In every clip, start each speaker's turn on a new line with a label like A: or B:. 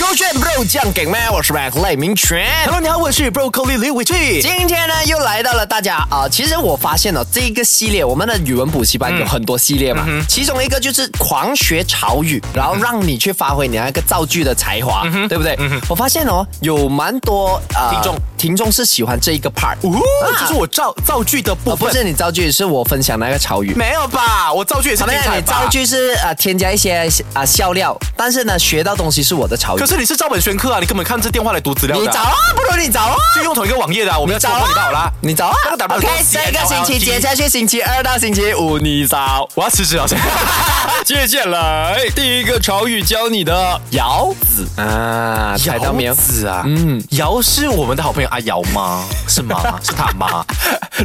A: 勾选 Bro 酱给麦，我是 Mac 赖明全。
B: Hello，你好，我是 Broccoli 李伟俊。
A: 今天呢，又来到了大家啊、其实我发现了这个系列，我们的语文补习班有很多系列嘛，
B: 嗯
A: 其中一个就是狂学潮语，然后让你去发挥你那个造句的才华，
B: 嗯
A: 对不对？我发现哦，有蛮多啊、
B: 听众
A: 听众是喜欢这一个 part，、
B: 哦，
A: 啊
B: 这是我造造句的部
A: 呃
B: 分，
A: 不是你造句，是我分享那个潮语。
B: 没有吧？我造句也是
A: 怎么
B: 精
A: 样？
B: 彩
A: 你
B: 吧
A: 造，句是啊、呃添加一些啊、笑料，但是呢，学到东西是我的潮语
B: 可。是你是照本宣科啊，你根本看这电话来读资料的。
A: 你找啊，不如你找啊。
B: 就用同一个网页的啊，我们要
A: 找
B: 超过你到好啦。
A: 你找啊
B: 那个打扮
A: OK，
B: 多洗
A: 这个
B: 啊
A: 星期接下去星期二到星期五你找。
B: 我要辞职了， 现在
C: 接下来第一个潮语教你的，
A: 姚子啊，猜到没有
B: 姚？子啊，嗯，姚是我们的好朋友阿姚吗？是吗？是他妈，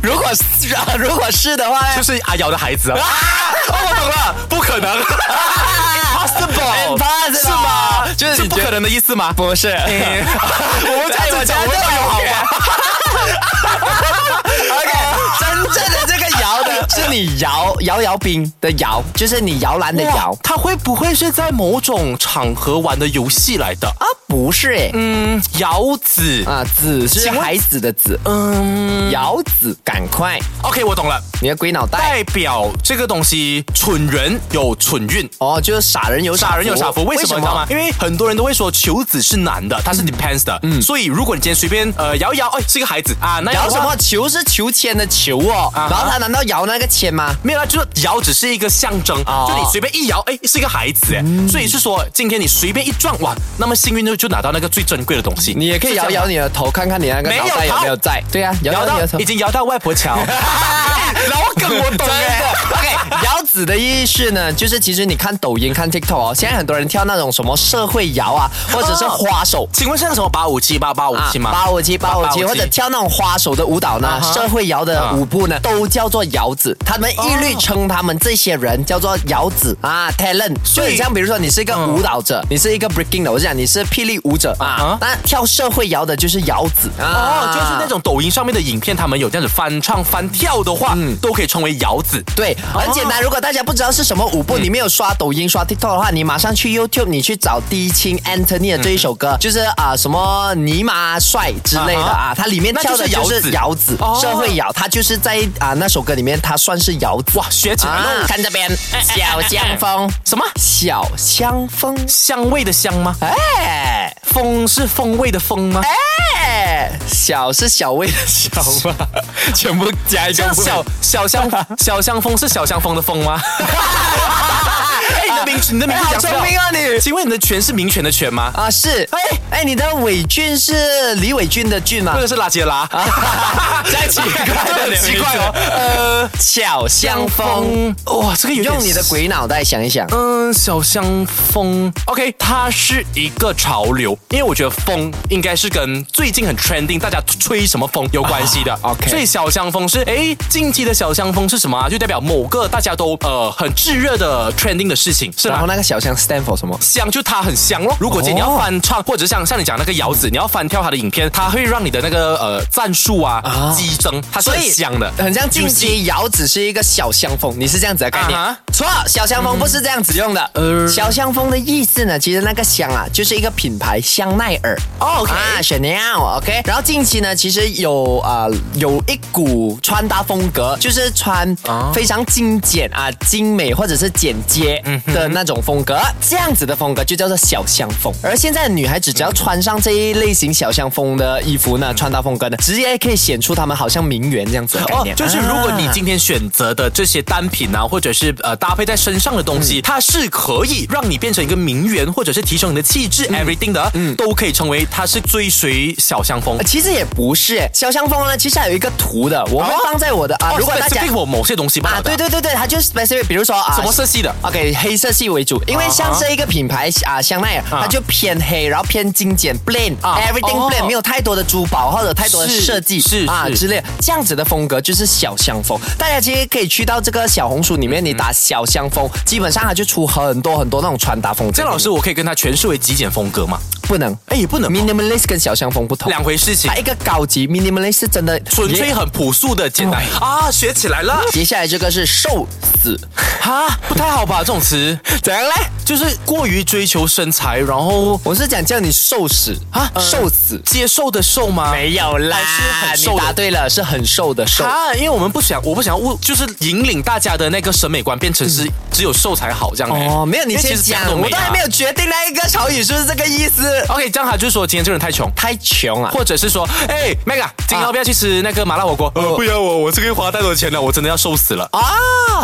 A: 如果是、啊、如果是的话
B: 就
A: 呢
B: 是阿姚的孩子啊。哦，我懂了，不可能
A: Impossible
B: 是吗？就是
C: 你
B: 不
C: 觉得
B: 可能的意思吗？
C: 不是，
B: 我们
A: 哎
B: 这
A: 我
B: 样子
A: 觉
B: 讲，
A: 得
B: 我们会有好吗？
A: ，OK，真正的这个姚 呢，哦是你姚姚姚兵的姚，就是你摇篮的
B: 哇
A: 摇，
B: 他会不会是在某种场合玩的游戏来的？
A: 啊，不是诶、
B: 嗯，姚子。
A: 啊，子是孩子的子，
B: 嗯
A: 姚子，赶快，
B: ，OK，我懂了。
A: 你的鬼脑袋
B: 代表这个东西，蠢人有蠢运，
A: 哦，就是傻人有
B: 傻人有傻福。为什么你知道吗？？因为很多人都会说求子是男的，它是 depends 的。嗯，所以如果你今天随便呃摇一摇，哎，是个孩子啊，那
A: 摇
B: 摇
A: 什么？球是求签的球哦，
B: 啊哈
A: 然后他难道摇那个签吗？
B: 没有啦，啊就是摇只是一个象征，
A: 哦嗯
B: 就你随便一摇，哎，是一个孩子，哎、所以是说今天你随便一撞，哇，那么幸运就就拿到那个最珍贵的东西。
A: 你也可以摇摇你的头，看看你那个
B: 没有
A: 脑袋有没有
B: 头
A: 在。对啊，摇
B: 摇
A: 摇你
B: 到
A: 的头
B: 已。经摇到外婆 桥，老梗我懂哎。
A: OK，摇子的意思呢，就是其实你看抖音、看 TikTok 哦，现在很多人跳那种什么社会摇啊，或者是花手。
B: 请问是那什么八五七八八五
A: 啊
B: 七吗？
A: 八五七八五七，
B: 857
A: 或者跳那种花手的舞蹈呢
B: 啊哈啊
A: 社会摇的舞步呢，都叫做摇子。他们一律称他们这些人叫做摇子啊，talent。所
B: 哦以嗯
A: 以像比如说你是一个舞蹈者，你是一个 breaking 的，我是讲你是霹雳舞者啊
B: 啊，
A: 那跳社会摇的就是摇子
B: 哦，
A: 啊，
B: 就是那。种抖音上面的影片，他们有这样子翻唱、翻跳的话，
A: 嗯
B: 都可以称为摇子。
A: 对，很简单。如果大家不知道是什么舞步，你没有刷抖音、刷 TikTok 的话，你马上去 YouTube，你去找低清 Anthony 的这一首歌，就是啊、什么尼玛帅之类的啊，它里面跳的
B: 那
A: 就
B: 就是
A: 是
B: 摇
A: 摇子
B: 哦，
A: 社会摇，它就是在啊、那首歌里面，它算是摇子。
B: 哇，学起来了！
A: 啊看这边，小香风，
B: 什么
A: 小香风，
B: 香味的香吗？
A: 哎
B: 风是风味的风吗？
A: 哎，小是小味的小吗？
C: 全部加一
B: 这
C: 个
B: 样小小香小香风是小香风的风吗？哎，你的名你的名
A: 哎
B: 字
A: 好
B: 讲
A: 聪
B: 错了
A: 明啊你！
B: 请问你的拳是民权的权吗？
A: 啊，是，哎哎，你的伟俊是李伟俊的俊吗
B: 或？者是垃圾的垃？
A: 在奇
B: 对很奇怪哦。呃，
A: 小香风，，
B: 哇，这个有点
A: 用你的鬼脑袋想一想。
B: 嗯，小香风，OK，它是一个潮流，因为我觉得风应该是跟最近很 trending，大家吹什么风有关系的。
A: 啊 OK
B: 所以小香风是，诶，近期的小香风是什么、啊？就代表某个大家都呃很炙热的 trending 的事情，是啊
A: 然
B: 吧
A: 后？那个小香 stand for 什么？
B: 香就它很香咯。如果今天你要
A: 哦
B: 翻唱，或者像像你讲那个姚子，你要翻跳他的影片，它会让你的那个呃赞数啊
A: 啊
B: 激增，它是很香的。
A: 很像进阶摇子是一个小香风，你是这样子的概
B: 啊
A: 念
B: 哈？
A: 错，小香风不是这样子用的。
B: 呃
A: 小香风的意思呢，其实那个香啊，就是一个品牌香奈儿。
B: 哦，OK
A: 啊，Chanel，OK。然后近期呢，其实有啊有一股穿搭风格，就是穿
B: 哦
A: 非常精简啊、精美或者是简洁
B: 嗯
A: 的那种风格，这样子的风格就叫做小香风。而现在的女孩子只要穿上这一类型小香风的衣服呢，穿搭风格呢，直接可以显出她们好像名媛这样子的概
B: 哦
A: 念，。
B: 就是如果你
A: 啊
B: 今天选择的这些单品啊，或者是呃搭配在身上的东
A: 嗯
B: 西，它是可以让你变成一个名媛，或者是提升你的气质、everything
A: 嗯
B: 的，都可以成为它是追随小香风
A: 呃。其实也不是诶，小香风呢，其实还有一个图的，我会
B: 哦
A: 放在我的啊，
B: 哦
A: 如果大家
B: specific 我某些东西吧，
A: 啊，对对对对，它就是 specific，比如说啊，
B: 什么色系的？
A: OK，黑色系为主，因为像这一个品牌啊，香奈儿，它就偏黑，然后偏精简 plain
B: 啊
A: everything
B: 哦
A: plain，没有太多的珠宝或者太多的
B: 是
A: 设计
B: 是
A: 啊
B: 是
A: 之类的，这样子的风格就是小香风。大家其实可以去到这个小红书里面，你打小香风，基本上它就出很多很多那种穿搭风格。
B: 姜老师，我可以跟他诠释为极简风格吗？
A: 不能哎
B: 哎，也不能吧
A: minimalist 跟小香风不同，
B: 两回事情
A: 它，一个高级 minimalist 是真的
B: 纯粹很朴素的简单
A: 哎
B: 啊，学起来 了
A: 接下来这个是瘦死，
B: 哈，不太好吧？这种词
A: 怎样嘞？
B: 就是过于追求身材，然后
A: 我是讲叫你瘦死
B: 啊
A: 啊，瘦死。
B: 接受的受吗？
A: 没有啦，
B: 是很瘦的
A: 你答对了，是很瘦的瘦。
B: 啊，因为我们不想，我不想误，就是引领大家的那个审美观变成是只有瘦才好这样、欸。
A: 哦，没有，你
B: 因为
A: 先
B: 其实这样
A: 讲，
B: 美
A: 我都还没有
B: 啊。
A: 决定那一个潮语是不是这个意思。
B: OK，这样他就说今天这个人太穷，
A: 太穷啊了，
B: 或者是说，哎、m e g a 今天要不要去吃那个麻辣火锅？呃，不要我，我这个月花太多钱了，我真的要瘦死了。
A: 啊，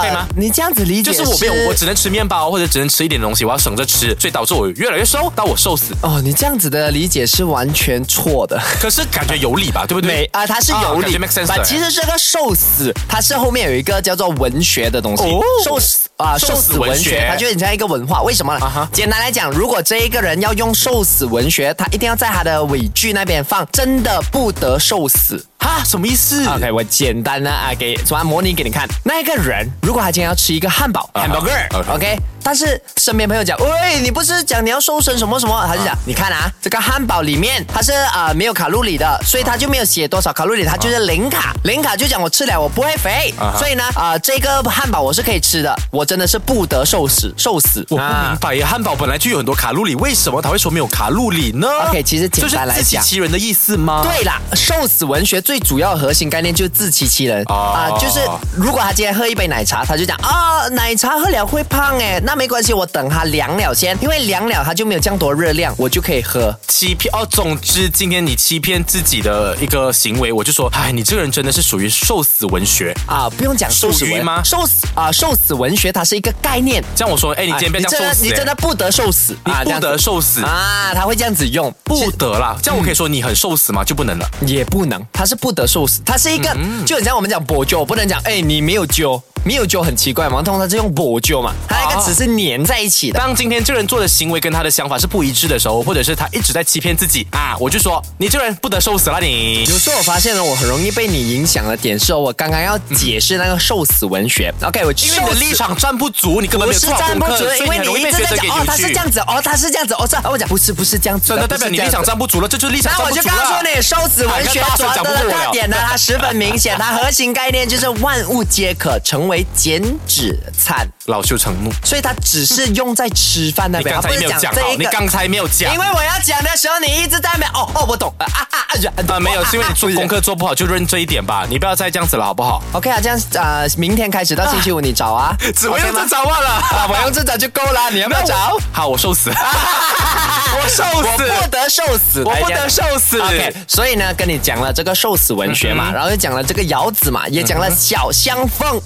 B: 可以吗
A: 你这样子理解
B: 就是我没有，我只能吃面包或者只能吃一点东西，我要省着吃，所以导致我越来越瘦，到我瘦死。
A: 哦，你这样子的理解是完全错的。
B: 可是感觉有理吧，对不对？
A: 没 啊，它是有
B: 啊感
A: 理
B: 觉 make sense
A: 但
B: 的
A: 其实这个瘦死，它是后面有一个叫做文学的东西
B: 哦。
A: 瘦死啊，
B: 瘦死
A: 瘦死文
B: 文学
A: 学，它就很像一个文化。为什么
B: 啊哈
A: 呢？简单来讲，如果这一个人要用瘦死文学，他一定要在他的尾句那边放“真的不得瘦死”。
B: 哈，什么意思
A: OK，我简单的啊给什么模拟给你看。那一个人如果他今天要吃一个汉堡
B: 啊哈
A: hamburger，OK，、
B: OK
A: 但是身边朋友讲，喂，你不是讲你要瘦身什么什么？他就讲，你看啊，这个汉堡里面它是呃没有卡路里的，所以他就没有写多少卡路里，它就是零卡，零卡就讲我吃了我不会肥，
B: 啊啊哈
A: 所以呢，啊、这个汉堡我是可以吃的，我真的是不得瘦死，瘦死
B: 我不明白耶，汉堡本来就有很多卡路里，为什么他会说没有卡路里呢
A: OK，其实简单来
B: 就是自欺
A: 讲
B: 欺人的意思吗？
A: 对啦，瘦死文学最主要的核心概念就是自欺欺人
B: 哦
A: 啊、就是如果他今天喝一杯奶茶，他就讲啊、奶茶喝了会胖哎，那没关系，我等它凉了先，因为凉了它就没有这样多热量，我就可以喝。
B: 欺骗哦，总之今天你欺骗自己的一个行为，我就说，哎，你这个人真的是属于瘦死文学。
A: 啊，不用讲瘦死
B: 属于
A: 文
B: 吗
A: 瘦死啊、瘦死文学它是一个概念。
B: 这样我说，哎，你今天
A: 啊
B: 被
A: 你
B: 这
A: 真
B: 样
A: 的
B: 瘦死、
A: 你真的不得瘦死，
B: 哎
A: 啊
B: 你不
A: 这样
B: 得
A: 子
B: 瘦死。
A: 啊，嗯他会这样子用，
B: 不得啦，这样我可以说你很瘦死吗？就不能了。
A: 也不能，它是不得受死，它是一个、就很像我们讲补救，不能讲哎、你没有灸，没有灸很奇怪嘛，通常是用补救嘛，它那
B: 哦
A: 个只是粘在一起的。
B: 当今天这个人做的行为跟他的想法是不一致的时候，或者是他一直在欺骗自己啊，我就说你这个人不得瘦死啦你。
A: 有时候我发现了，我很容易被你影响的点是哦，我刚刚要解释那个受死文学。OK，我
B: 因为你的立
A: 场。
B: 场站不足，你根本
A: 不
B: 没有
A: 是
B: 做好
A: 站
B: 功
A: 不
B: 课，
A: 住，
B: 所以
A: 因
B: 你
A: 为
B: 很容
A: 你
B: 易被
A: 一直
B: 学
A: 在
B: 者给
A: 讲哦，他
B: 扭
A: 是
B: 曲
A: 这。样子，哦，他是这样子，哦，这样我讲不是不是这样子
B: 真
A: 的，
B: 的代表
A: 不
B: 你
A: 是这
B: 立
A: 样
B: 场
A: 子
B: 站不足了，这就是立场
A: 那
B: 站
A: 我
B: 不
A: 就
B: 足
A: 告
B: 了。
A: 诉你，瘦子文学所得的特点呢，它十分明显，它核心概念就是万物皆可成为减脂餐，
B: 老羞成怒，
A: 所以它只是用在吃饭那
B: 你
A: 边，
B: 刚
A: 它
B: 才
A: 不
B: 没
A: 是
B: 有讲
A: 讲
B: 好，
A: 这一
B: 你
A: 个。
B: 刚才没有讲
A: 因。为我要讲的时候，你一直在那边哦哦，我懂啊啊啊啊
B: 啊，哎没有，是因为你做功。课做不好，就认这一点吧，你不要再这样子了，好不好？
A: OK 啊，这样呃，明天开始到星期五你找啊，
B: 只会用这招啊
A: 啊，
B: 了，
A: 我用这招就够了，你要不要找？
B: 好，我瘦死， 我瘦
A: 我
B: 死，
A: 不得受死，
B: 我不得受死。
A: OK，所以呢，跟你讲了这个瘦死文学嘛，然后又讲了这个窑子嘛，也讲了小香风，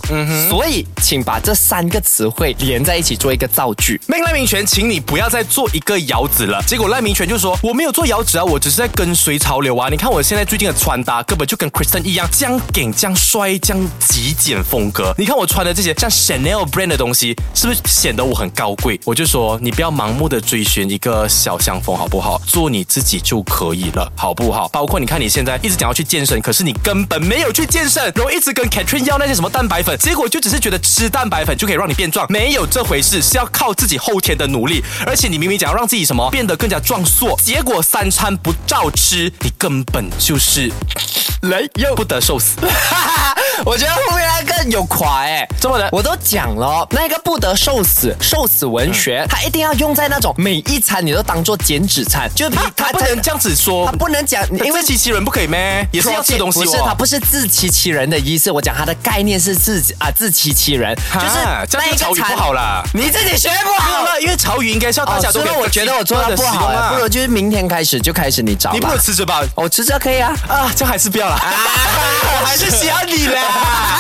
A: 所以请把这三个词汇连在一起做一个造句。
B: 命赖明权，请你不要再做一个窑子了。结果赖明权就说：“我没有做窑子啊，我只是在跟随潮流啊。你看我现在最近的穿搭，根本就跟 Kristen 一样，将顶将衰将极简风格。你看我穿的这些像 Chanel brand 的东西，是不是显得我很高贵？”我就说：“你不要盲目的追寻一个小香风，好不好？做你自己就可以了，好不好？包括你看你现在一直讲要去健身，可是你根本没有去健身，然后一直跟 Catherine 要那些什么蛋白粉，结果就只是觉得吃蛋白粉就可以让你变壮，没有这回事，是要靠自己后天的努力。而且你明明讲要让自己什么变得更加壮硕，结果三餐不照吃，你根本就是
A: 来
B: 又不得瘦死。
A: 我觉得后面那个有垮哎、
B: 这么的
A: 我都讲了哦，那个不得受死，受死文学，
B: 嗯
A: 它一定要用在那种每一餐你都当做减脂餐，就 比
B: 他不能这样子说
A: 他，不能讲，
B: 因
A: 因为
B: 为机器人不可以咩？也是要吃东西哦。
A: 不是，他不是自欺欺人的意思。我讲他的概念是自己啊，自欺欺人，
B: 哈
A: 就是
B: 这样
A: 那一
B: 就
A: 个
B: 潮语
A: 餐
B: 不好啦
A: 你自己学不好 哦
B: 没有。啦因为潮语应该是要大家都
A: 所
B: 给
A: 以我觉得我做的不好
B: 啊
A: 啊，不如就是明天开始就开始你找
B: 你不
A: 吧
B: 如。辞职吧。
A: 我吃这可以啊，
B: 啊，这样还是不要了。
A: 我还是喜欢你啦，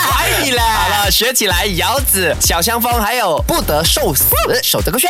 A: 我爱你啦。好了，学起来，姚子、小香风，还有不得受死，守这个炫。